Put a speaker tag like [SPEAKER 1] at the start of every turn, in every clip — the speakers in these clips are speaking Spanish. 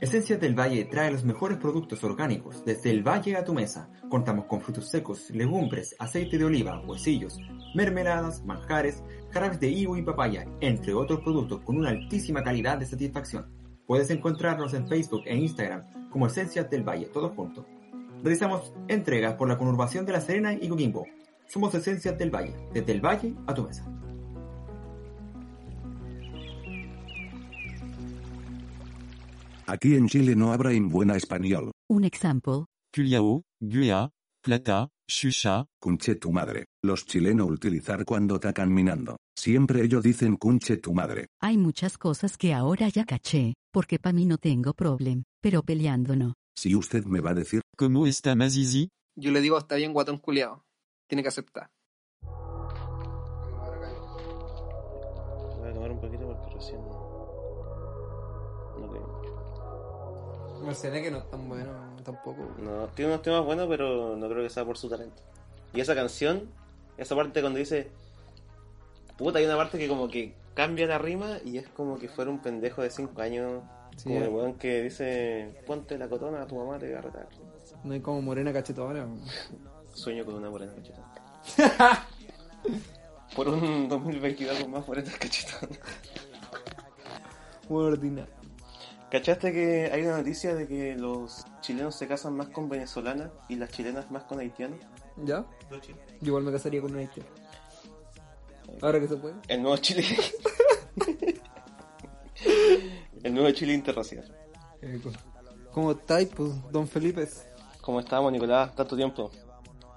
[SPEAKER 1] Esencias del Valle trae los mejores productos orgánicos desde el valle a tu mesa. Contamos con frutos secos, legumbres, aceite de oliva, huesillos, mermeladas, manjares, jarabes de higo y papaya, entre otros productos con una altísima calidad de satisfacción. Puedes encontrarnos en Facebook e Instagram como Esencias del Valle, todos juntos. Realizamos entregas por la conurbación de La Serena y Coquimbo. Somos Esencias del Valle, desde el valle a tu mesa.
[SPEAKER 2] Aquí en Chile no habrá en buena español.
[SPEAKER 3] Un example,
[SPEAKER 4] Culiao, Guía, Plata, Xuxa,
[SPEAKER 2] Cunche tu madre. Los chilenos utilizar cuando está caminando. Siempre ellos dicen cunche tu madre.
[SPEAKER 3] hay muchas cosas que ahora ya caché, porque pa' mí no tengo problem, pero peleando no.
[SPEAKER 2] Si usted me va a decir,
[SPEAKER 4] ¿Cómo está Mazizi?
[SPEAKER 5] Yo le digo, está bien, guatón culiado. Tiene que aceptar.
[SPEAKER 6] Voy a tomar un poquito porque recién. No tengo.
[SPEAKER 5] No sé, que no es tan bueno tampoco.
[SPEAKER 6] No, tiene unos temas buenos, pero no creo que sea por su talento. Y esa canción, esa parte cuando dice. Puta, hay una parte que como que cambia la rima y es como que fuera un pendejo de 5 años.
[SPEAKER 5] Sí,
[SPEAKER 6] como
[SPEAKER 5] eh.
[SPEAKER 6] el weón que dice: Ponte la cotona, tu mamá te va a retar.
[SPEAKER 5] No hay como morena cachetona.
[SPEAKER 6] Sueño con una morena cachetona. por un 2022 con más morenas cachetonas.
[SPEAKER 5] Muy ordinario.
[SPEAKER 6] ¿Cachaste que hay una noticia de que los chilenos se casan más con venezolanas y las chilenas más con haitianos?
[SPEAKER 5] ¿Ya? Yo igual me casaría con una haitiana. Ahora que se puede.
[SPEAKER 6] El nuevo Chile. El nuevo Chile interracial.
[SPEAKER 5] ¿Cómo estáis, pues, don Felipe?
[SPEAKER 6] ¿Cómo estamos, Nicolás? Tanto tiempo.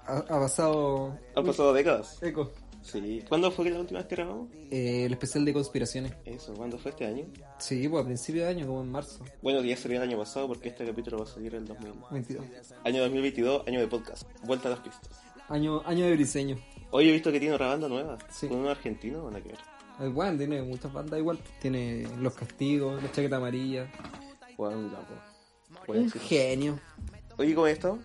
[SPEAKER 5] Ha, ha pasado.
[SPEAKER 6] Han pasado décadas.
[SPEAKER 5] Eco.
[SPEAKER 6] Sí. ¿Cuándo fue que la última vez que grabamos?
[SPEAKER 5] Eh, el especial de conspiraciones.
[SPEAKER 6] Eso, ¿cuándo fue este año?
[SPEAKER 5] Sí, pues a principio de año, como en marzo.
[SPEAKER 6] Bueno, ya sería el año pasado porque este capítulo va a salir el 2000.
[SPEAKER 5] 22.
[SPEAKER 6] Año 2022, año de podcast. Vuelta a las pistas.
[SPEAKER 5] Año, año de briseño.
[SPEAKER 6] Hoy he visto que tiene otra banda nueva.
[SPEAKER 5] Sí.
[SPEAKER 6] Con un argentino, van a ver.
[SPEAKER 5] El Juan tiene muchas bandas igual. Tiene Los Castigos, La Chaqueta Amarilla.
[SPEAKER 6] Juan Lapo. Buen
[SPEAKER 5] Un
[SPEAKER 6] chico.
[SPEAKER 5] genio.
[SPEAKER 6] Oye, ¿cómo esto?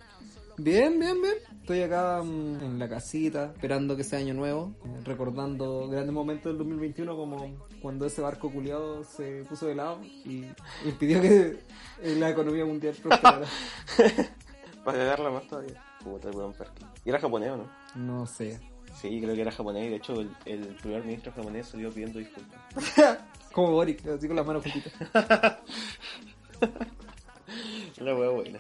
[SPEAKER 5] Bien, bien, bien. Estoy acá mm, en la casita, esperando que sea año nuevo, eh, recordando grandes momentos del 2021, como cuando ese barco culiado se puso de lado y impidió que eh, la economía mundial prosperara.
[SPEAKER 6] Para cagarla más todavía. Puta, el weón Perkin. Y era japonés, ¿o ¿no?
[SPEAKER 5] No sé.
[SPEAKER 6] Sí, creo que era japonés. De hecho, el, el primer ministro japonés salió pidiendo disculpas.
[SPEAKER 5] Como Boric, así con las manos juntitas.
[SPEAKER 6] Una hueá buena.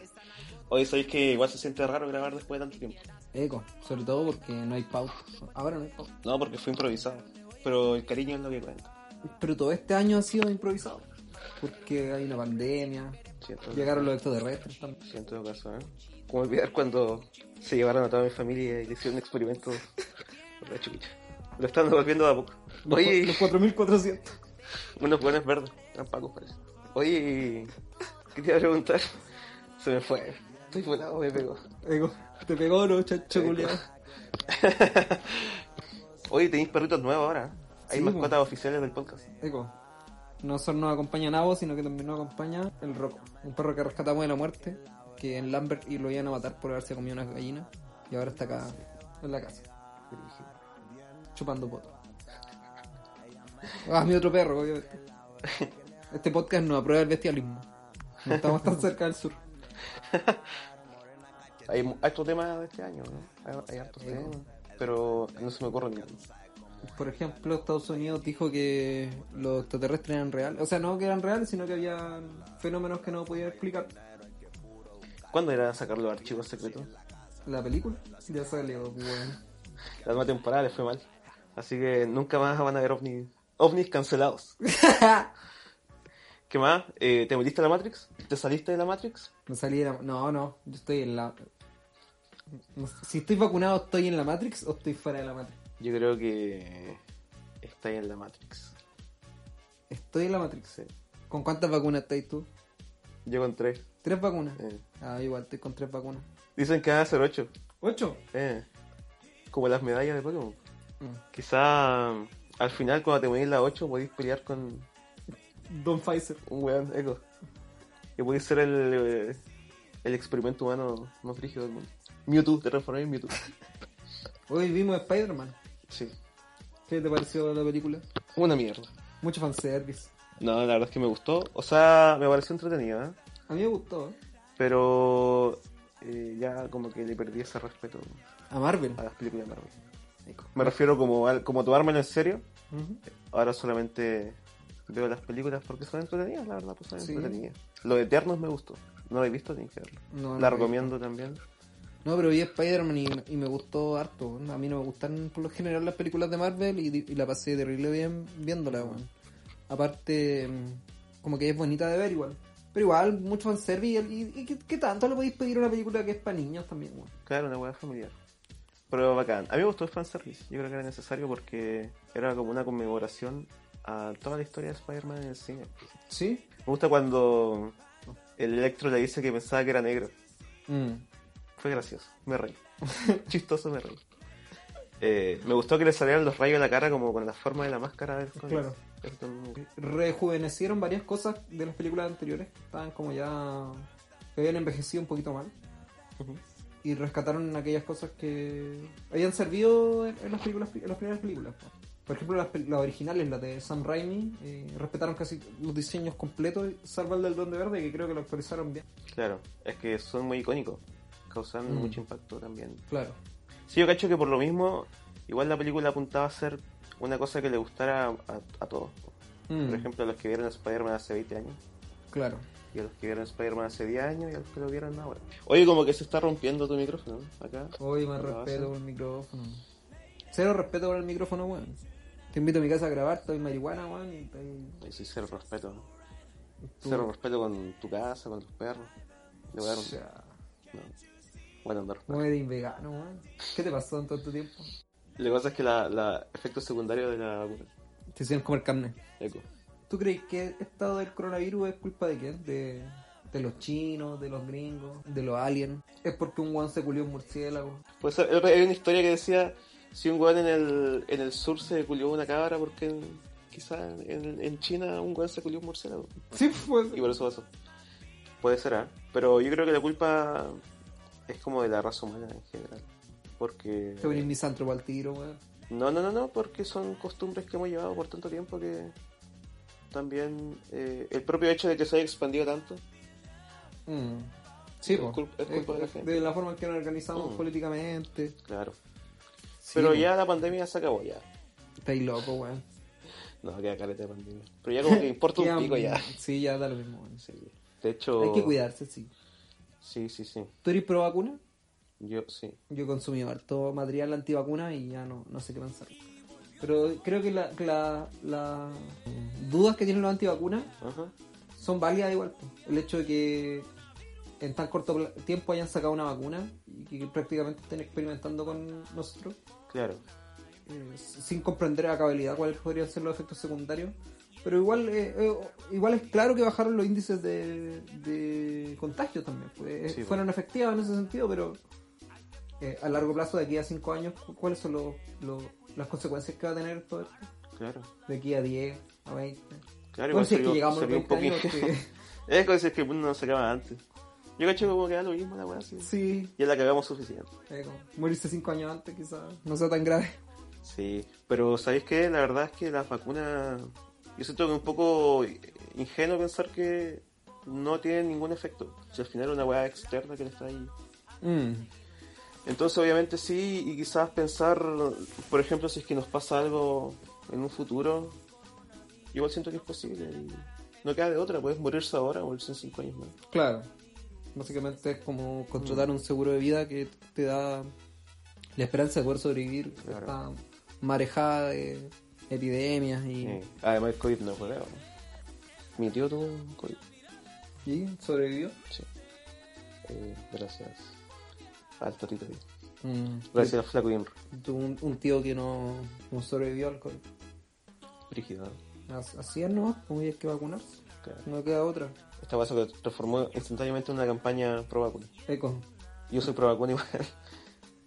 [SPEAKER 6] Hoy sabéis que igual se siente raro grabar después de tanto tiempo.
[SPEAKER 5] Eco, sobre todo porque no hay pauta. Ahora no hay pauta.
[SPEAKER 6] No, porque fue improvisado. Pero el cariño es lo que cuenta.
[SPEAKER 5] Pero todo este año ha sido improvisado. Porque hay una pandemia,
[SPEAKER 6] Siento,
[SPEAKER 5] llegaron los extraterrestres también.
[SPEAKER 6] siento caso, ¿eh? Como olvidar cuando se llevaron a toda mi familia y le hicieron un experimento por la chucha. Lo están devolviendo de a poco.
[SPEAKER 5] Los,
[SPEAKER 6] Oye,
[SPEAKER 5] cua- los 4.400.
[SPEAKER 6] unos buenos verdes. Eran pacos, parece. Oye, ¿qué te iba a preguntar? Se me fue. Estoy volado, me pegó.
[SPEAKER 5] Eco, te pegó, no, chacho
[SPEAKER 6] Eco.
[SPEAKER 5] culiado.
[SPEAKER 6] Oye, tenéis perritos nuevos ahora. ¿eh? Hay
[SPEAKER 5] Sí,
[SPEAKER 6] mascotas oficiales del podcast.
[SPEAKER 5] Eco, no solo nos acompaña Nabo, sino que también nos acompaña el Rocco, un perro que rescatamos de la muerte, que en Lambert y lo iban a matar por haberse comido unas gallinas, y ahora está acá en la casa, chupando poto. Ah, mi otro perro, obviamente. Este podcast nos aprueba el bestialismo. No estamos tan cerca del sur.
[SPEAKER 6] Hay mu- hartos temas de este año, ¿no? Hay, hay hartos temas. Pero no se me ocurre ni uno.
[SPEAKER 5] Por ejemplo, Estados Unidos dijo que los extraterrestres eran reales. O sea, no que eran reales, sino que había fenómenos que no podía explicar.
[SPEAKER 6] ¿Cuándo era sacar los archivos secretos?
[SPEAKER 5] La película ya salió, weón.
[SPEAKER 6] La nueva temporada les fue mal. Así que nunca más van a ver ovnis. Ovnis cancelados. ¿Qué más? Eh, ¿Te metiste a la Matrix? ¿Te saliste de la Matrix?
[SPEAKER 5] No salí de la... No, no, yo estoy en la... no sé, Si estoy vacunado, ¿estoy en la Matrix o estoy fuera de la Matrix?
[SPEAKER 6] Yo creo que está ahí en la Matrix.
[SPEAKER 5] Estoy en la Matrix.
[SPEAKER 6] Sí.
[SPEAKER 5] ¿Con cuántas vacunas estáis tú?
[SPEAKER 6] Yo con tres.
[SPEAKER 5] ¿Tres vacunas?
[SPEAKER 6] Eh.
[SPEAKER 5] Ah, igual, estoy con tres vacunas.
[SPEAKER 6] Dicen que van a ser ocho.
[SPEAKER 5] ¿Ocho?
[SPEAKER 6] Eh, como las medallas de Pokémon.
[SPEAKER 5] Mm.
[SPEAKER 6] Quizá mm, al final cuando te ponís la 8 podéis pelear con
[SPEAKER 5] Don Pfizer.
[SPEAKER 6] un weón eco. Y podéis ser el, eh, el experimento humano más frígido del mundo. Mewtwo, te transformáis en Mewtwo.
[SPEAKER 5] Hoy vimos Spider-Man.
[SPEAKER 6] Sí.
[SPEAKER 5] ¿Qué te pareció la película?
[SPEAKER 6] Una mierda.
[SPEAKER 5] Mucho fanservice.
[SPEAKER 6] No, la verdad es que me gustó. O sea, me pareció entretenida. ¿eh?
[SPEAKER 5] A mí me gustó. ¿eh?
[SPEAKER 6] Pero eh, ya como que le perdí ese respeto
[SPEAKER 5] A Marvel.
[SPEAKER 6] a las películas de Marvel. Me refiero como, al- como tomármelo en serio.
[SPEAKER 5] Ujú.
[SPEAKER 6] Ahora solamente veo las películas porque son entretenidas, la verdad, pues son
[SPEAKER 5] Sí.
[SPEAKER 6] entretenidas. Lo de Eternos me gustó. No lo he visto, tienen que verlo.
[SPEAKER 5] No, no
[SPEAKER 6] la
[SPEAKER 5] lo he
[SPEAKER 6] recomiendo también.
[SPEAKER 5] No, pero vi Spider-Man y, y me gustó harto. weón. A mí no me gustan por lo general las películas de Marvel y, y la pasé terrible bien viéndola, weón. Aparte, mm, como que es bonita de ver igual. Pero igual, mucho fanservice y, y, y ¿qué, qué tanto le podéis pedir a una película que es para niños también, weón?
[SPEAKER 6] Claro, una hueá familiar. Pero bacán. A mí me gustó el fanservice. Yo creo que era necesario porque era como una conmemoración a toda la historia de Spider-Man en el cine.
[SPEAKER 5] ¿Sí?
[SPEAKER 6] Me gusta cuando el Electro le dice que pensaba que era negro. Fue gracioso, me reí. Chistoso, me reí. Eh, me gustó que le salieran los rayos a la cara como con la forma de la máscara del cómic.
[SPEAKER 5] Claro.
[SPEAKER 6] Eso también me gustó.
[SPEAKER 5] Rejuvenecieron varias cosas de las películas anteriores. que Estaban como ya... que habían envejecido un poquito mal.
[SPEAKER 6] Ujú.
[SPEAKER 5] Y rescataron aquellas cosas que habían servido en, en las películas en las primeras películas. po. Por ejemplo, las, pel- las originales, las de Sam Raimi, eh, respetaron casi los diseños completos, salvo el del Duende Verde, que creo que lo actualizaron bien.
[SPEAKER 6] Claro, es que son muy icónicos. Causan
[SPEAKER 5] Mm.
[SPEAKER 6] mucho impacto también.
[SPEAKER 5] Claro.
[SPEAKER 6] Sí, yo cacho que por lo mismo, igual la película apuntaba a ser una cosa que le gustara a, a todos.
[SPEAKER 5] Mm.
[SPEAKER 6] Por ejemplo, a los que vieron Spider-Man hace 20 años,
[SPEAKER 5] Claro.
[SPEAKER 6] y a los que vieron Spider-Man hace 10 años, y a los que lo vieron ahora. Oye, como que se está rompiendo tu micrófono ¿no? acá.
[SPEAKER 5] Hoy más
[SPEAKER 6] ¿Lo vas a
[SPEAKER 5] respeto por el micrófono. Cero respeto por el micrófono, weón. Te invito a mi casa a grabar, estoy marihuana, weón. y estoy-
[SPEAKER 6] Ay, Sí, cero respeto. ¿no?
[SPEAKER 5] tú-
[SPEAKER 6] Cero respeto con tu casa, con tus perros. Le voy a dar
[SPEAKER 5] O
[SPEAKER 6] un-
[SPEAKER 5] sea,
[SPEAKER 6] No. Bueno, no.
[SPEAKER 5] mueve de vegano, weón. ¿Qué te pasó en todo este tiempo?
[SPEAKER 6] Lo que pasa es que la, la efecto secundario de la vacuna.
[SPEAKER 5] Te hicieron comer carne.
[SPEAKER 6] Eco.
[SPEAKER 5] ¿Tú crees que el estado del coronavirus es culpa de quién? De, de los chinos, de los gringos, de los aliens. Es porque un guan se culió un murciélago.
[SPEAKER 6] Pues eh, hay una historia que decía: si un weón en el, en el sur se culió una cabra, porque en- quizá en, en China un weón se culió un murciélago.
[SPEAKER 5] Sí, pues.
[SPEAKER 6] Y por eso pasó. Puede ser, ¿ah? Pero yo creo que la culpa es como de la raza humana en general. Porque.
[SPEAKER 5] Te venís misántropo al tiro, weón.
[SPEAKER 6] No, no, no, no, porque son costumbres que hemos llevado por tanto tiempo que también eh, el propio hecho de que se haya expandido tanto.
[SPEAKER 5] Mm. Sí,
[SPEAKER 6] Es
[SPEAKER 5] pues.
[SPEAKER 6] culpa- es culpa de la gente.
[SPEAKER 5] de la forma en que nos organizamos
[SPEAKER 6] Mm.
[SPEAKER 5] políticamente.
[SPEAKER 6] Claro.
[SPEAKER 5] Sí,
[SPEAKER 6] Pero
[SPEAKER 5] pues.
[SPEAKER 6] ya la pandemia se acabó ya.
[SPEAKER 5] Estáis loco, weón.
[SPEAKER 6] No, queda careta de pandemia. Pero ya como que importa
[SPEAKER 5] Queda-
[SPEAKER 6] un pico ya.
[SPEAKER 5] Sí, ya da lo mismo, weón.
[SPEAKER 6] Sí. De hecho...
[SPEAKER 5] Hay que cuidarse, sí.
[SPEAKER 6] Sí, sí, sí.
[SPEAKER 5] ¿Tú eres pro vacuna?
[SPEAKER 6] Yo sí.
[SPEAKER 5] Yo he consumido harto material antivacuna y ya no, no sé qué pensar. Pero creo que las la, la- dudas que tienen los antivacunas
[SPEAKER 6] Ajá.
[SPEAKER 5] son válidas igual. po. El hecho de que en tan corto pla- tiempo hayan sacado una vacuna y que prácticamente estén experimentando con nosotros
[SPEAKER 6] Claro.
[SPEAKER 5] eh, sin comprender a cabalidad cuáles podrían ser los efectos secundarios. Pero igual eh, eh, igual es claro que bajaron los índices de, de contagio también. pues, eh,
[SPEAKER 6] Sí,
[SPEAKER 5] fueron efectivas en ese sentido, pero eh, a largo plazo, de aquí a 5 años, cu- ¿cuáles son los- los- las consecuencias que va a tener todo esto?
[SPEAKER 6] Claro.
[SPEAKER 5] De aquí a 10, a 20.
[SPEAKER 6] Claro,
[SPEAKER 5] Bueno,
[SPEAKER 6] igual
[SPEAKER 5] si es
[SPEAKER 6] salió-
[SPEAKER 5] que llegamos a
[SPEAKER 6] salió
[SPEAKER 5] los
[SPEAKER 6] un
[SPEAKER 5] 20 años,
[SPEAKER 6] poquito.
[SPEAKER 5] porque-
[SPEAKER 6] Es cosa es que el mundo no se acaba antes. Yo cacho como que da lo mismo la weá así.
[SPEAKER 5] sí,
[SPEAKER 6] Ya la cagamos suficiente.
[SPEAKER 5] eh, como morirse 5 años antes quizás no sea tan grave.
[SPEAKER 6] Sí, pero ¿sabéis qué? La verdad es que las vacunas, yo siento que es un poco ingenuo pensar que no tienen ningún efecto. Si al final es una weá externa que le está ahí.
[SPEAKER 5] Mm.
[SPEAKER 6] Entonces obviamente sí, y quizás pensar, por ejemplo, si es que nos pasa algo en un futuro, igual siento que es posible. y no queda de otra, puedes morirse ahora o morirse en cinco años más.
[SPEAKER 5] Claro. Básicamente es como contratar un seguro de vida que te da la esperanza de poder sobrevivir a
[SPEAKER 6] Claro.
[SPEAKER 5] esta marejada de epidemias y,
[SPEAKER 6] Además el COVID no es problema. Mi tío tuvo COVID.
[SPEAKER 5] ¿Y sobrevivió.
[SPEAKER 6] Sí. Eh, gracias al Torito.
[SPEAKER 5] Mm.
[SPEAKER 6] Gracias al Flaco Inro.
[SPEAKER 5] Tuvo un, un tío que no, no sobrevivió al COVID.
[SPEAKER 6] Brígido. ¿eh?
[SPEAKER 5] As- Así es nomás, como hay que vacunarse.
[SPEAKER 6] Claro.
[SPEAKER 5] No queda otra.
[SPEAKER 6] Esta cosa que transformó instantáneamente en una campaña pro vacuna.
[SPEAKER 5] Eco.
[SPEAKER 6] Yo soy pro vacuna igual.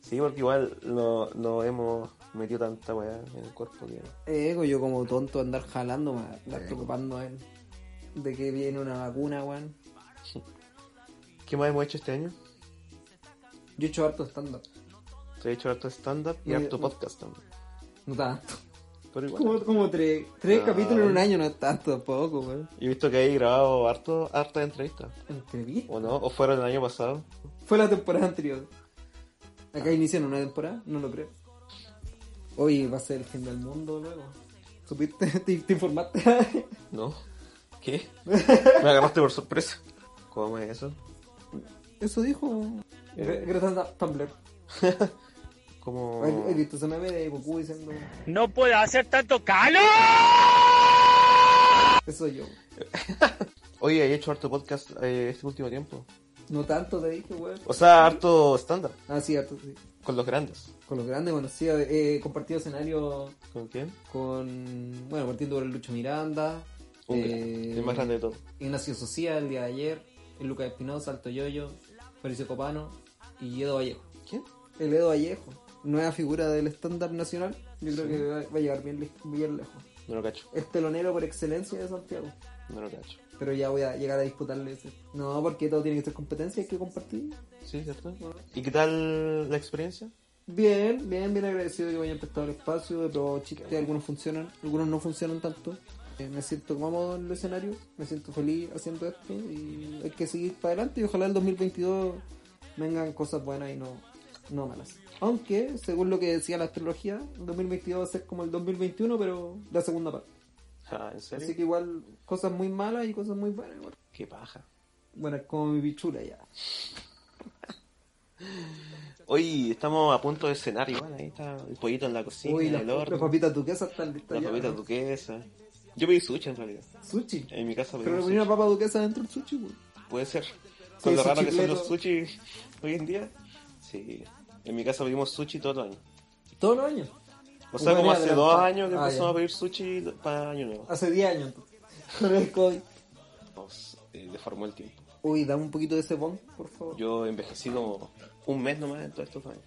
[SPEAKER 6] Sí, porque igual no, no hemos metido tanta weá en el cuerpo que.
[SPEAKER 5] Eco, yo como tonto andar jalando, me andar preocupando a él de que viene una vacuna, weón.
[SPEAKER 6] ¿Qué más hemos hecho este año?
[SPEAKER 5] Yo he hecho harto stand-up.
[SPEAKER 6] Te he hecho harto stand-up y
[SPEAKER 5] Mira,
[SPEAKER 6] harto
[SPEAKER 5] no.
[SPEAKER 6] podcast también.
[SPEAKER 5] No tanto.
[SPEAKER 6] Pero pero igual.
[SPEAKER 5] Como, como tres, tres
[SPEAKER 6] Ah.
[SPEAKER 5] capítulos en un año no es tanto tampoco, weón.
[SPEAKER 6] Yo he visto que hay grabado harto, hartas entrevistas.
[SPEAKER 5] Entrevista.
[SPEAKER 6] ¿O no? ¿O fueron el año pasado?
[SPEAKER 5] Fue la temporada anterior.
[SPEAKER 6] Ah.
[SPEAKER 5] Acá inician una temporada, no lo creo. Oye, va a ser el fin del mundo luego. ¿Supiste? ¿Te, te informaste?
[SPEAKER 6] ¿No? ¿Qué? Me agarraste por sorpresa. ¿Cómo es eso?
[SPEAKER 5] Eso dijo.
[SPEAKER 6] Eh.
[SPEAKER 5] Gre- Greta Thun- Thunberg.
[SPEAKER 6] ¿Cómo...?
[SPEAKER 5] He visto ese meme de Goku diciendo.
[SPEAKER 7] ¡No puede hacer tanto calor!
[SPEAKER 5] Eso soy yo.
[SPEAKER 6] Oye, he hecho harto podcast eh, este último tiempo.
[SPEAKER 5] No tanto te dije, weón.
[SPEAKER 6] O sea, harto estándar.
[SPEAKER 5] Ah, sí, harto, sí.
[SPEAKER 6] Con los grandes.
[SPEAKER 5] Con los grandes, bueno, sí, he he compartido escenario
[SPEAKER 6] ¿Con quién?
[SPEAKER 5] con. Bueno, partiendo por el Lucho Miranda.
[SPEAKER 6] Un
[SPEAKER 5] eh,
[SPEAKER 6] gran- El más grande de todos.
[SPEAKER 5] Ignacio Socia el día de ayer, el Lucas Espinosa, Alto Yoyo, Mauricio Copano y Edo Vallejo.
[SPEAKER 6] ¿Quién?
[SPEAKER 5] El Edo Vallejo, nueva figura del estándar nacional, yo creo que va- va a llegar bien, le- bien lejos.
[SPEAKER 6] No lo cacho.
[SPEAKER 5] Es telonero por excelencia de Santiago,
[SPEAKER 6] No lo cacho.
[SPEAKER 5] pero ya voy a llegar a disputarle ese. No, porque todo tiene que ser competencia, hay que compartir.
[SPEAKER 6] ¿Sí, cierto? ¿Y qué tal la experiencia?
[SPEAKER 5] Bien, bien, bien agradecido que me hayan prestado el espacio, he probado chistes, algunos funcionan, algunos no funcionan tanto. Eh, me siento cómodo en el escenario, me siento feliz haciendo esto y hay que seguir para adelante y ojalá el 2022 vengan cosas buenas y no, no malas. Aunque, según lo que decía la astrología, el 2022 va a ser como el 2021, pero la segunda parte.
[SPEAKER 6] Ah, ¿en
[SPEAKER 5] Así
[SPEAKER 6] serio?
[SPEAKER 5] que igual cosas muy malas y cosas muy buenas. igual.
[SPEAKER 6] Qué paja.
[SPEAKER 5] Bueno, es como mi pichula ya.
[SPEAKER 6] Hoy estamos a punto de cenar igual. Ahí está el pollito en la cocina,
[SPEAKER 5] Uy, las
[SPEAKER 6] el horno,
[SPEAKER 5] las
[SPEAKER 6] las
[SPEAKER 5] papitas duquesas están listas ya.
[SPEAKER 6] papitas duquesas. Yo pedí sushi en realidad.
[SPEAKER 5] Sushi.
[SPEAKER 6] En mi casa
[SPEAKER 5] Pero le
[SPEAKER 6] pedimos
[SPEAKER 5] ponía una
[SPEAKER 6] sushi.
[SPEAKER 5] papa duquesa dentro del sushi, güey.
[SPEAKER 6] Puede ser. Con lo
[SPEAKER 5] sushi
[SPEAKER 6] raro que son los
[SPEAKER 5] pleto.
[SPEAKER 6] sushi hoy en día. Sí. En mi casa pedimos sushi todo el año.
[SPEAKER 5] Todos los años.
[SPEAKER 6] O sea,
[SPEAKER 5] Bueno, ya
[SPEAKER 6] como hace
[SPEAKER 5] adelantado.
[SPEAKER 6] dos años que
[SPEAKER 5] Ah,
[SPEAKER 6] empezamos
[SPEAKER 5] ya.
[SPEAKER 6] a pedir sushi para Año Nuevo.
[SPEAKER 5] Hace 10 años entonces. Con el COVID.
[SPEAKER 6] Nos eh, deformó el tiempo.
[SPEAKER 5] Uy, dame un poquito de ese bong, por favor.
[SPEAKER 6] Yo envejecí como un mes nomás en todos estos años.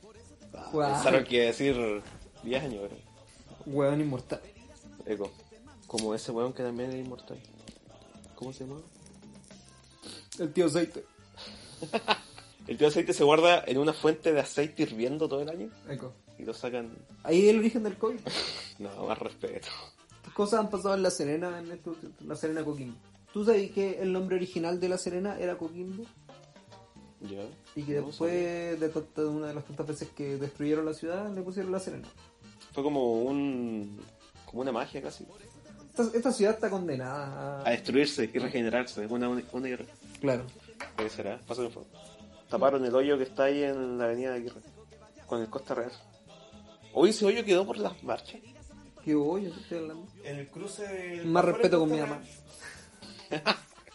[SPEAKER 6] Ah,
[SPEAKER 5] Guau.
[SPEAKER 6] Pensaron que iba a decir 10 años, eh, pero...
[SPEAKER 5] Huevón inmortal.
[SPEAKER 6] Eco. Como ese weón que también es inmortal. ¿Cómo se llama?
[SPEAKER 5] El tío aceite.
[SPEAKER 6] El tío aceite se guarda en una fuente de aceite hirviendo todo el año
[SPEAKER 5] Eco.
[SPEAKER 6] y lo sacan...
[SPEAKER 5] Ahí es el origen del COVID.
[SPEAKER 6] No, más respeto.
[SPEAKER 5] Estas cosas han pasado en La Serena, en este- La Serena Coquimbo. ¿Tú sabes que el nombre original de La Serena era Coquimbo?
[SPEAKER 6] ¿Ya?
[SPEAKER 5] Y que
[SPEAKER 6] No, sabía.
[SPEAKER 5] después de tanta- una de las tantas veces que destruyeron la ciudad, le pusieron La Serena.
[SPEAKER 6] Fue como un... Como una magia casi.
[SPEAKER 5] Esta, esta ciudad está condenada
[SPEAKER 6] A destruirse y regenerarse. Una, una, una y otra.
[SPEAKER 5] Claro.
[SPEAKER 6] ¿Qué será? Paso por favor. Taparon el hoyo que está ahí en la avenida de Aguirre. Con el Costa Real. Hoy ese hoyo quedó por las marchas.
[SPEAKER 5] Qué hoyo, te estoy hablando.
[SPEAKER 6] En el cruce
[SPEAKER 5] Más respeto con mi mamá.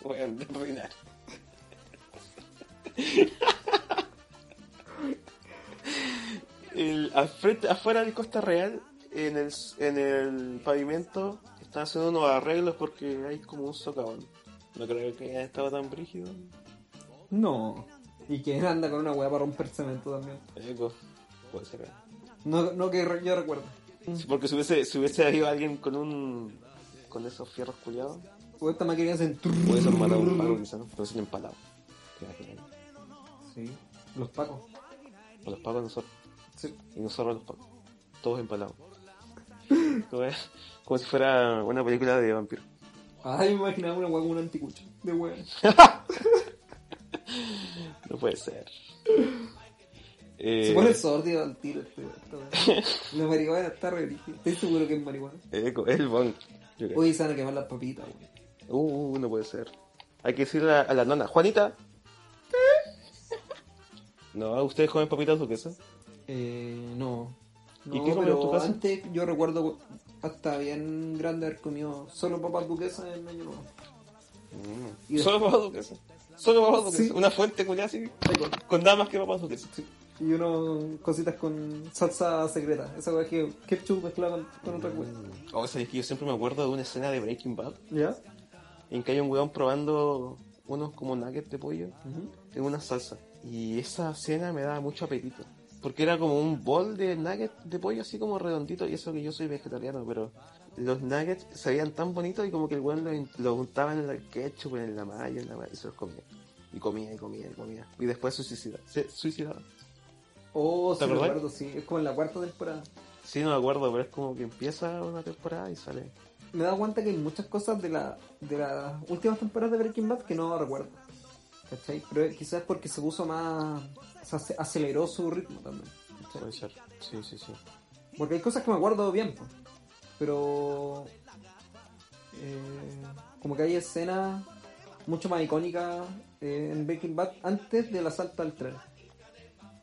[SPEAKER 6] Voy a arruinar. El, al frente- afuera del Costa Real, en el, en el pavimento, están haciendo unos arreglos porque hay como un socavón. No creo que haya estado tan brígido.
[SPEAKER 5] No. Y que anda con una hueá para romper cemento también.
[SPEAKER 6] Eco, Eh, pues, puede ser. ¿eh?
[SPEAKER 5] No, no que re- yo recuerdo.
[SPEAKER 6] Mm. Sí, Porque si hubiese, si hubiese habido alguien con un. con esos fierros culiados,
[SPEAKER 5] O esta máquina hacen trrr.
[SPEAKER 6] puede ser matado un paro quizás, pero sin empalado. ¿Te imaginas?
[SPEAKER 5] Sí, los pacos.
[SPEAKER 6] O los pagos nosotros,
[SPEAKER 5] Sí.
[SPEAKER 6] y nosotros los pagos. Todos empalados. Como, es- como si fuera una película de vampiro.
[SPEAKER 5] Ay, Ah, me imaginaba una hueá como un anticucho. De hueá.
[SPEAKER 6] No puede ser.
[SPEAKER 5] Se
[SPEAKER 6] Eh,
[SPEAKER 5] pone sordido al tiro. este- esta hueá. La marihuana está re brígida. Estoy seguro que es marihuana.
[SPEAKER 6] eco, eh, es el bong. Yo creo.
[SPEAKER 5] Hoy se van a quemar las papitas, güey.
[SPEAKER 6] Uh, uh, no puede ser. Hay que decirle a, a la nona, Juanita. No, ustedes comen papitas duquesas.
[SPEAKER 5] Eh, no. No,
[SPEAKER 6] ¿Y qué comen en tu casa?
[SPEAKER 5] antes yo recuerdo hasta bien grande haber comido solo papas duquesas en Año Nuevo. Y
[SPEAKER 6] Mm. Solo papas duquesas. Solo papas duquesas.
[SPEAKER 5] Sí.
[SPEAKER 6] Una fuente culiada así. Con nada más que papas duquesas.
[SPEAKER 5] Y unos cositas con salsa secreta. Esa hueá que ketchup mezclada con, con otra hueá.
[SPEAKER 6] O sea, es que Oh, yo siempre me acuerdo de una escena de Breaking Bad
[SPEAKER 5] ¿Ya?
[SPEAKER 6] en que hay un weón probando unos como nuggets de pollo en una salsa. Y esa cena me daba mucho apetito. Porque era como un bol de nuggets de pollo así como redondito. Y eso que yo soy vegetariano, pero los nuggets sabían tan bonitos y como que el weón los in- los untaba en el ketchup, en la mayo, en la mayo, y se los comía. Y comía y comía y comía. Y después se suicidaba. Se suicidaba.
[SPEAKER 5] Oh, sí,
[SPEAKER 6] ¿Te acordás?
[SPEAKER 5] recuerdo, sí. Es como en la cuarta temporada.
[SPEAKER 6] Sí, no me acuerdo, pero es como que empieza una temporada y sale.
[SPEAKER 5] Me he dado cuenta que hay muchas cosas de, la, de las últimas temporadas de Breaking Bad que no recuerdo. ¿Cachai? Pero quizás porque se puso más. se ace- aceleró su ritmo también. ¿cachai?
[SPEAKER 6] Puede ser. Sí, sí, sí.
[SPEAKER 5] Porque hay cosas que me acuerdo bien, po. pero eh, como que hay escenas mucho más icónicas eh, en Breaking Bad antes del asalto al tren.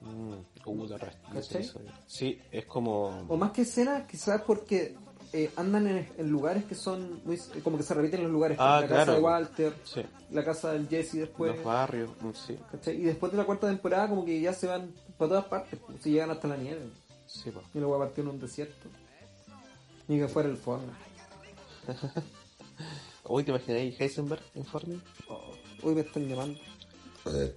[SPEAKER 6] Mm, uh, la resta-
[SPEAKER 5] ¿Cachai?
[SPEAKER 6] ese episodio. Sí, es como.
[SPEAKER 5] O más que escenas, quizás porque eh, andan en, en lugares que son muy, como que se repiten los lugares.
[SPEAKER 6] Ah,
[SPEAKER 5] la casa
[SPEAKER 6] claro.
[SPEAKER 5] de Walter,
[SPEAKER 6] Sí,
[SPEAKER 5] la casa del Jesse después.
[SPEAKER 6] los barrios, mm, sí,
[SPEAKER 5] ¿cachai? Y después de la cuarta temporada como que ya se van para todas partes, po. se llegan hasta la nieve.
[SPEAKER 6] sí, po.
[SPEAKER 5] Y luego partió en un desierto. Ni que fuera el fondo.
[SPEAKER 6] Uy, ¿te imagináis Heisenberg en Fortnite?
[SPEAKER 5] Hoy Oh, me están llamando.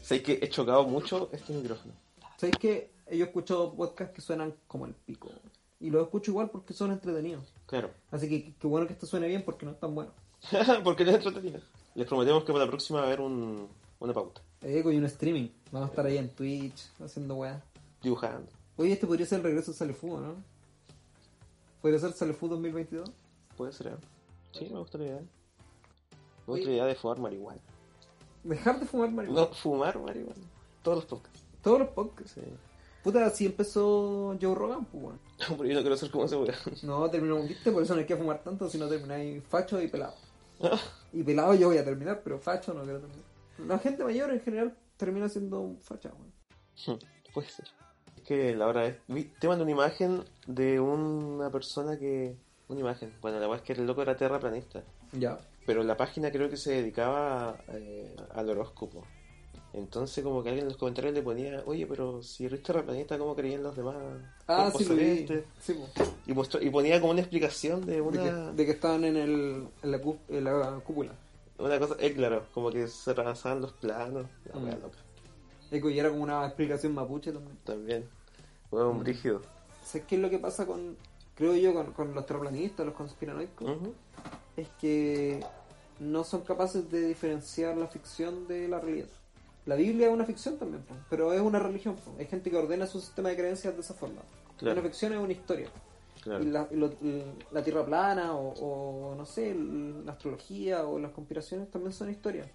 [SPEAKER 6] Sé que he chocado mucho este micrófono.
[SPEAKER 5] ¿Sabéis que Eh, yo escucho podcasts que suenan como el pico? Y los escucho igual porque son entretenidos.
[SPEAKER 6] Claro.
[SPEAKER 5] Así que qué bueno que esto suene bien porque no es tan bueno.
[SPEAKER 6] Porque les entretenido. Les prometemos que para la próxima va a haber un, una pauta.
[SPEAKER 5] Eco y Eh, un streaming. Vamos a estar ahí en Twitch haciendo weas.
[SPEAKER 6] Dibujando.
[SPEAKER 5] Oye, este podría ser el regreso de Salefu, ¿no? Podría ser Salefu 2022.
[SPEAKER 6] Puede ser. ¿eh? Sí, me gusta la idea. Me
[SPEAKER 5] Oye.
[SPEAKER 6] gusta la idea de fumar marihuana.
[SPEAKER 5] Dejar de fumar marihuana.
[SPEAKER 6] No, fumar marihuana. Todos los podcasts.
[SPEAKER 5] Todos los podcasts.
[SPEAKER 6] Sí.
[SPEAKER 5] Puta, así empezó Joe Rogan, pues weón.
[SPEAKER 6] Pero yo no quiero ser como ese weón.
[SPEAKER 5] No, terminó un viste, por eso no hay que fumar tanto, si no termináis facho y pelado. Y pelado yo voy a terminar, pero facho no quiero terminar. La gente mayor en general termina siendo un facha, weón.
[SPEAKER 6] Puede ser. Es que la hora es. vi- Te mando una imagen de una persona que. Una imagen. Bueno, la verdad es que el loco era terraplanista.
[SPEAKER 5] Ya.
[SPEAKER 6] Pero la página creo que se dedicaba eh, al horóscopo. Entonces como que alguien en los comentarios le ponía, oye, pero si eres terraplanista, ¿cómo creían los demás?
[SPEAKER 5] Ah,
[SPEAKER 6] cuerpos
[SPEAKER 5] sí, lo vi.
[SPEAKER 6] celestes?"
[SPEAKER 5] Sí, po.
[SPEAKER 6] Y, mostró- y ponía como una explicación de
[SPEAKER 5] De, que,
[SPEAKER 6] una,
[SPEAKER 5] de que estaban en, el, en, la, cú- en la cúpula.
[SPEAKER 6] una cosa, eh, claro, como que se rebasaban los planos, la wea
[SPEAKER 5] Mm.
[SPEAKER 6] loca,
[SPEAKER 5] Eco, y era como una explicación mapuche también.
[SPEAKER 6] también. Fue
[SPEAKER 5] Mm.
[SPEAKER 6] un brígido.
[SPEAKER 5] ¿Sabes qué es lo que pasa con, creo yo, con, con los terraplanistas, los conspiranoicos?
[SPEAKER 6] Ujú.
[SPEAKER 5] es que no son capaces de diferenciar la ficción de la realidad. La Biblia es una ficción también, po, pero es una religión. po. Hay gente que ordena su sistema de creencias de esa forma.
[SPEAKER 6] Claro.
[SPEAKER 5] Una ficción es una historia.
[SPEAKER 6] Claro.
[SPEAKER 5] Y la, y lo- y la tierra plana o, o, no sé, el- la astrología o las conspiraciones también son historias.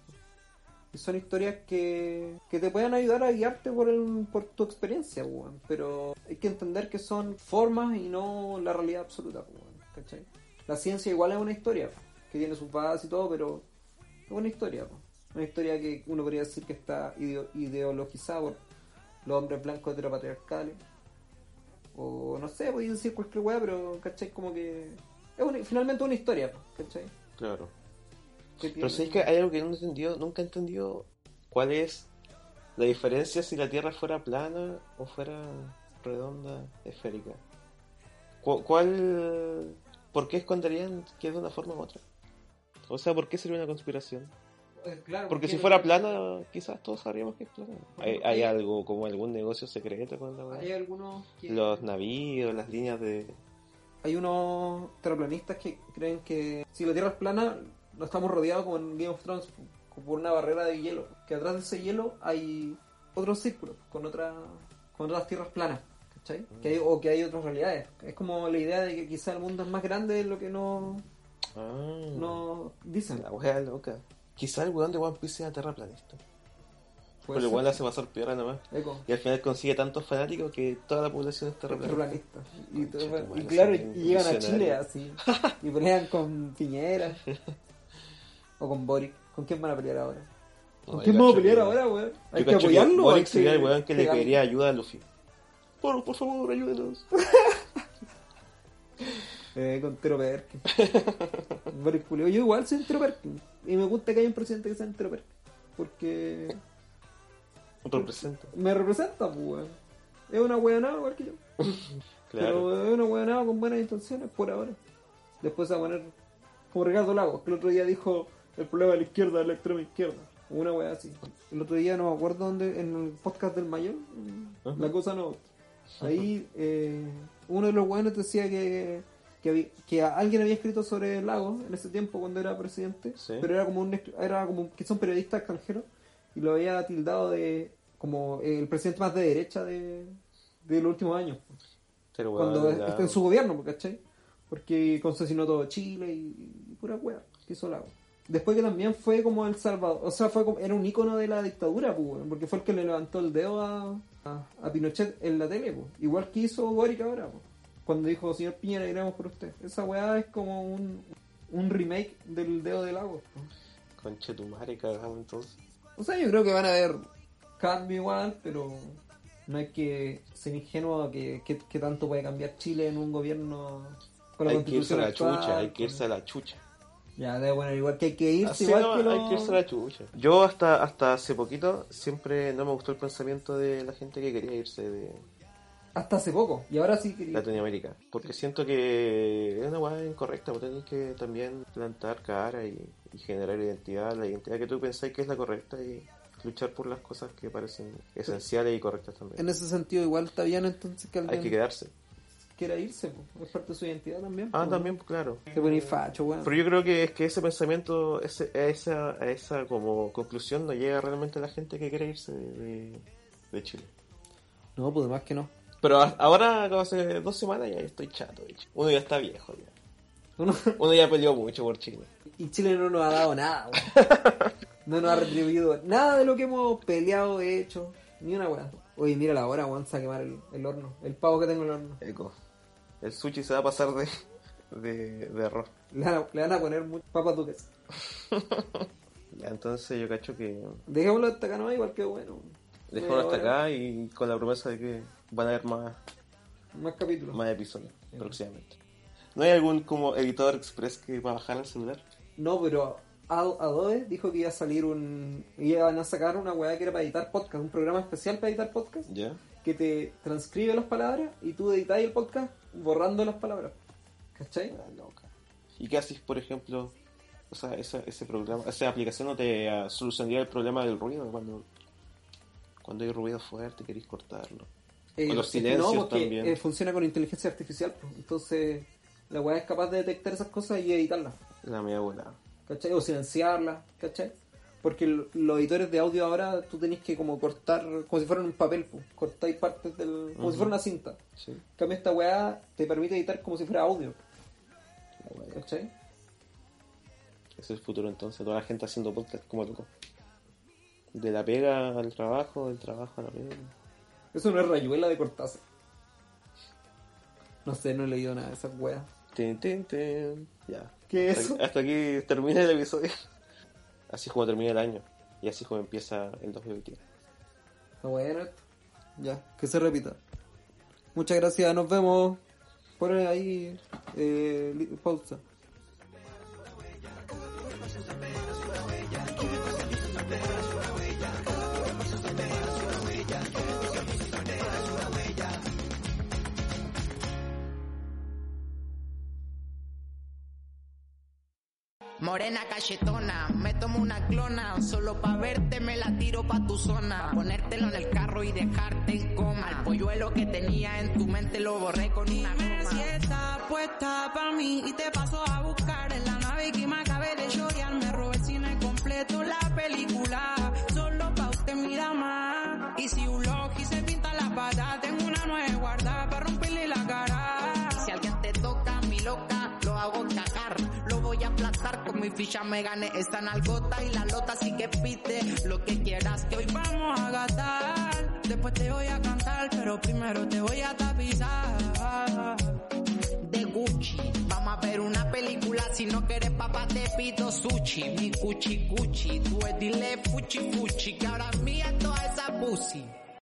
[SPEAKER 5] Y son historias que, que te pueden ayudar a guiarte por, el, por tu experiencia, weón. Pero hay que entender que son formas y no la realidad absoluta, weón. ¿Cachai? La ciencia igual es una historia, que tiene sus bases y todo, pero es una historia, po. Una historia que uno podría decir que está ideo- ideologizada por los hombres blancos heteropatriarcales. O no sé, voy a decir cualquier weá, pero ¿cachai? Como que. Es una- finalmente una historia, po, ¿cachai?
[SPEAKER 6] Claro.
[SPEAKER 5] Que
[SPEAKER 6] Pero
[SPEAKER 5] tiene-
[SPEAKER 6] si es que hay algo que no he entendido, nunca he entendido cuál es la diferencia si la Tierra fuera plana o fuera redonda, esférica. Cu- ¿Cuál... ¿Por qué esconderían que es de una forma u otra? O sea, ¿por qué sería una conspiración?
[SPEAKER 5] Eh, claro,
[SPEAKER 6] Porque si
[SPEAKER 5] tiene-
[SPEAKER 6] fuera plana, quizás todos sabríamos que es plana. ¿Hay, hay algo como algún negocio secreto con la
[SPEAKER 5] Hay
[SPEAKER 6] weá?
[SPEAKER 5] algunos que-
[SPEAKER 6] Los navíos, las líneas de...
[SPEAKER 5] Hay unos terraplanistas que creen que si la Tierra es plana, no estamos rodeados como en Game of Thrones como por una barrera de hielo. Que atrás de ese hielo hay otros círculos con otra, con otras tierras planas, ¿cachai? Que hay, o que hay otras realidades. Es como la idea de que quizá el mundo es más grande de lo que no,
[SPEAKER 6] Ah,
[SPEAKER 5] no dicen.
[SPEAKER 6] La weá loca. Quizás el weón de One Piece sea terraplanista.
[SPEAKER 5] Puede
[SPEAKER 6] Pero
[SPEAKER 5] ser.
[SPEAKER 6] igual hace pasar piedra nomás.
[SPEAKER 5] Eco,
[SPEAKER 6] Y al final consigue tantos fanáticos que toda la población está terraplanista.
[SPEAKER 5] terraplanista. Y,
[SPEAKER 6] Concha
[SPEAKER 5] todo-
[SPEAKER 6] tu madre,
[SPEAKER 5] y claro, y
[SPEAKER 6] son
[SPEAKER 5] llegan a Chile
[SPEAKER 6] visionarios.
[SPEAKER 5] así. Y pelean con Piñera. o con Boric. ¿Con quién van a pelear ahora? ¿Con
[SPEAKER 6] No,
[SPEAKER 5] quién
[SPEAKER 6] yo
[SPEAKER 5] vamos a
[SPEAKER 6] cacho
[SPEAKER 5] pelear
[SPEAKER 6] que-
[SPEAKER 5] ahora, weón? Hay
[SPEAKER 6] Yo
[SPEAKER 5] que
[SPEAKER 6] cacho que
[SPEAKER 5] apoyarlo.
[SPEAKER 6] Boric
[SPEAKER 5] hay
[SPEAKER 6] sería el weón que le
[SPEAKER 5] pegarle.
[SPEAKER 6] pediría ayuda a Luffy. Por, por favor, ayúdenos.
[SPEAKER 5] Eh, con Tero Perkin. Boric culiao. Yo igual soy entero Perkin. Y me gusta que haya un presidente que sea entero Perkin. Porque
[SPEAKER 6] Representa.
[SPEAKER 5] me representa, pues, weón. Es una weonada igual que yo.
[SPEAKER 6] Claro.
[SPEAKER 5] Pero es una weonada con buenas intenciones por ahora. Después se va a poner como Ricardo Lagos, que el otro día dijo el problema de la izquierda es la extrema izquierda. Una wea así. El otro día no me acuerdo dónde, en el podcast del mayor,
[SPEAKER 6] Ajá.
[SPEAKER 5] la cosa no. Ahí eh, uno de los weones decía que, que, había- que a- alguien había escrito sobre Lagos en ese tiempo cuando era presidente,
[SPEAKER 6] Sí.
[SPEAKER 5] pero era como un ex- era como un- que son periodistas extranjeros y lo había tildado de como el presidente más de derecha de, de los últimos años.
[SPEAKER 6] Pero, este weón,
[SPEAKER 5] cuando
[SPEAKER 6] ya,
[SPEAKER 5] esté en su gobierno, ¿po ¿cachai? Porque concesionó todo Chile y, y pura wea que hizo la wea. Después que también fue como El Salvador, o sea, fue como- era un icono de la dictadura, po, weón, porque fue el que le levantó el dedo a, a- a Pinochet en la tele, po. igual que hizo Boric ahora, po. cuando dijo, señor Piñera, iremos por usted. Esa weá es como un, un remake del dedo del agua. pues. po.
[SPEAKER 6] Conche tu madre, cagamos entonces.
[SPEAKER 5] O sea, yo creo que van a haber cambio igual, pero no hay que ser ingenuo que, que, que tanto puede cambiar Chile en un gobierno con la
[SPEAKER 6] Hay que irse a
[SPEAKER 5] constitución
[SPEAKER 6] la
[SPEAKER 5] actual,
[SPEAKER 6] chucha, hay que
[SPEAKER 5] con-
[SPEAKER 6] irse a la chucha.
[SPEAKER 5] Ya, de bueno, igual que hay que irse,
[SPEAKER 6] Así
[SPEAKER 5] Este igual
[SPEAKER 6] no,
[SPEAKER 5] que, lo-
[SPEAKER 6] hay que irse a la chucha. Yo hasta, hasta hace poquito siempre no me gustó el pensamiento de la gente que quería irse de
[SPEAKER 5] Hasta hace poco, y ahora sí quería...
[SPEAKER 6] Latinoamérica. Porque siento que es una guada incorrecta, vos tenés que también plantar cara y, y generar identidad, la identidad que tú pensáis que es la correcta y luchar por las cosas que parecen esenciales y correctas
[SPEAKER 5] En
[SPEAKER 6] también.
[SPEAKER 5] ese sentido, igual está bien entonces que alguien
[SPEAKER 6] Hay que quedarse.
[SPEAKER 5] quiera irse, po. es parte de su identidad también.
[SPEAKER 6] Ah,
[SPEAKER 5] po.
[SPEAKER 6] también, claro.
[SPEAKER 5] Te pones facho, weón.
[SPEAKER 6] Pero yo creo que es que ese pensamiento, ese, a esa, a esa como conclusión no llega realmente la gente que quiere irse de, de- de Chile.
[SPEAKER 5] No, pues más que no.
[SPEAKER 6] Pero a- ahora, como hace dos semanas, ya estoy chato, bicho. Uno ya está viejo, ya.
[SPEAKER 5] Uno-
[SPEAKER 6] Uno ya peleó mucho por Chile.
[SPEAKER 5] Y Chile no nos ha dado nada, weón. No nos ha retribuido nada de lo que hemos peleado, hecho. Ni una weá. Oye, mira la hora, weón, se va a quemar el, el horno. El pavo que tengo en el horno.
[SPEAKER 6] Eco. El sushi se va a pasar de, de, de arroz.
[SPEAKER 5] Le van a, le van a poner muchas papas duques.
[SPEAKER 6] Ya, entonces yo cacho que
[SPEAKER 5] Dejémoslo hasta acá, no, igual que bueno.
[SPEAKER 6] dejó hasta
[SPEAKER 5] Ahora,
[SPEAKER 6] acá y con la promesa de que van a haber más,
[SPEAKER 5] Más capítulos.
[SPEAKER 6] más episodios próximamente. ¿No hay algún como editor express que va a bajar al celular?
[SPEAKER 5] No, pero Ad- Adobe dijo que iba a salir un. Iban a sacar una weá que era para editar podcast, un programa especial para editar podcast.
[SPEAKER 6] ¿Ya?
[SPEAKER 5] que te transcribe las palabras y tú editas el podcast borrando las palabras. ¿Cachai?
[SPEAKER 6] Ah, loca. ¿Y qué haces, por ejemplo? O sea, esa, ese programa, esa aplicación no te ah, solucionaría el problema del ruido cuando, cuando hay ruido fuerte, queréis cortarlo. Con los
[SPEAKER 5] Eh, es-
[SPEAKER 6] silencios
[SPEAKER 5] no, porque,
[SPEAKER 6] también.
[SPEAKER 5] eh, funciona con inteligencia artificial, pues. entonces la weá es capaz de detectar esas cosas y editarlas,
[SPEAKER 6] La media volada.
[SPEAKER 5] ¿cachai? O silenciarlas, ¿cachai? Porque l- los editores de audio ahora tú tenés que como cortar, como si fueran un papel, pues. cortáis partes del. como si fuera una cinta.
[SPEAKER 6] Sí.
[SPEAKER 5] En cambio, esta weá te permite editar como si fuera audio,
[SPEAKER 6] La wea.
[SPEAKER 5] ¿cachai?
[SPEAKER 6] Ese es el futuro entonces, toda la gente haciendo podcast como loco. De la pega al trabajo, del trabajo a la pega.
[SPEAKER 5] Eso no es rayuela de Cortázar. No sé, no he leído nada de esas weas.
[SPEAKER 6] Tin, tin, tin. Ya.
[SPEAKER 5] ¿Qué es
[SPEAKER 6] Hasta,
[SPEAKER 5] eso?
[SPEAKER 6] hasta aquí termina el episodio. Así es como termina el año. Y así es como empieza el 2021.
[SPEAKER 5] Está bueno esto. Ya, que se repita. Muchas gracias, nos vemos. Pon ahí eh, li- pausa.
[SPEAKER 8] Morena cachetona, me tomo una clona, solo pa' verte me la tiro pa' tu zona. Pa' ponértelo en el carro y dejarte en coma. El polluelo que tenía en tu mente lo borré con una goma.
[SPEAKER 9] Si está puesta para mí y te paso a buscar en la nave que me acabé de llorar. Me robé el cine completo, la película. Solo pa' usted mira más. Y si un y se pinta la patas, tengo una nueva guardada para romperle la cara.
[SPEAKER 8] Si alguien te toca, mi loca, lo hago cagar. Lo voy a aplastar con mi ficha, me gané esta nalgota y la lota, así que pite lo que quieras que hoy
[SPEAKER 9] Hoy vamos a gastar, después te voy a cantar, pero primero te voy a tapizar.
[SPEAKER 8] de Gucci. Vamos a ver una película, si no quieres papá te pido sushi. Mi cuchi cuchi, tú es dile fuchi fuchi, que ahora es mía toda esa pussy.